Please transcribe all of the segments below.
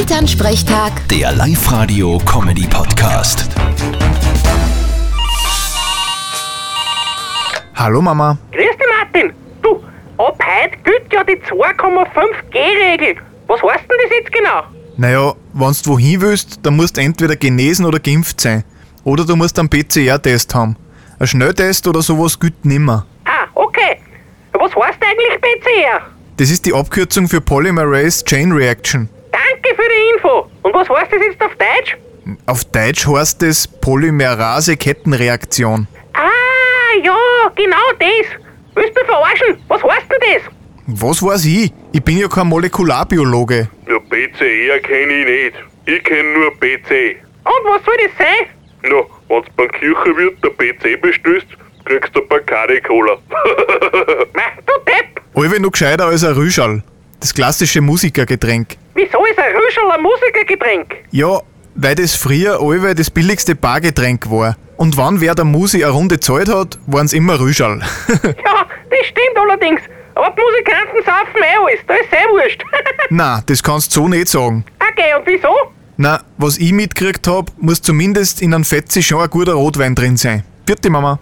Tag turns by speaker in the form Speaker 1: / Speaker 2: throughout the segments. Speaker 1: Elternsprechtag,
Speaker 2: Der Live-Radio-Comedy-Podcast.
Speaker 3: Hallo Mama.
Speaker 4: Grüß dich, Martin. Du, ab heute gilt ja die 2,5G-Regel. Was heißt denn das jetzt genau?
Speaker 3: Naja, wenn du wohin willst, dann musst du entweder genesen oder geimpft sein. Oder du musst einen PCR-Test haben. Ein Schnelltest oder sowas gilt nimmer.
Speaker 4: Ah, okay. Was heißt eigentlich PCR?
Speaker 3: Das ist die Abkürzung für Polymerase Chain Reaction.
Speaker 4: Danke für die Info. Und was heißt das jetzt auf Deutsch?
Speaker 3: Auf Deutsch heißt es Polymerase-Kettenreaktion.
Speaker 4: Ah, ja, genau das. Willst du mich verarschen? Was heißt denn das?
Speaker 3: Was weiß ich? Ich bin ja kein Molekularbiologe.
Speaker 5: Ja, PCR kenn ich nicht. Ich kenn nur PC.
Speaker 4: Und was soll das sein?
Speaker 5: Na, wenn's beim Kirchenwirt der PC bestellst, kriegst du Bacardi-Cola.
Speaker 4: Mach du Depp.
Speaker 3: Allwe noch gescheiter als ein Rüschal. Das klassische Musikergetränk.
Speaker 4: Wieso ist ein Rüschel ein Musikergetränk?
Speaker 3: Ja, weil das früher allweil das billigste Bargetränk war. Und wann wer der Musi eine Runde gezahlt hat, waren's immer Rüschal.
Speaker 4: Ja, das stimmt allerdings. Aber die Musikanten saufen eh alles. Da ist sehr wurscht.
Speaker 3: Na, das kannst du so nicht sagen.
Speaker 4: okay, und wieso?
Speaker 3: Na, was ich mitgekriegt hab, muss zumindest in einem Fetzi schon ein guter Rotwein drin sein. Vierte Mama.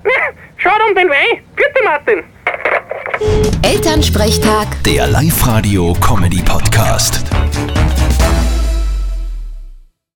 Speaker 4: Schaut um den Wein. Bitte, Martin.
Speaker 1: Elternsprechtag.
Speaker 2: Der Live-Radio-Comedy-Podcast.